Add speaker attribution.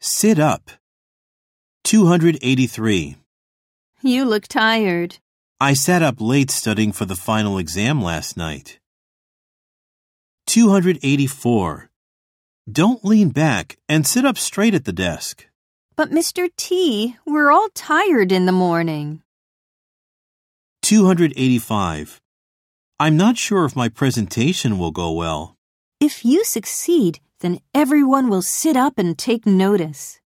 Speaker 1: Sit up. 283.
Speaker 2: You look tired.
Speaker 1: I sat up late studying for the final exam last night. 284. Don't lean back and sit up straight at the desk.
Speaker 2: But Mr. T, we're all tired in the morning.
Speaker 1: 285. I'm not sure if my presentation will go well.
Speaker 2: If you succeed, then everyone will sit up and take notice.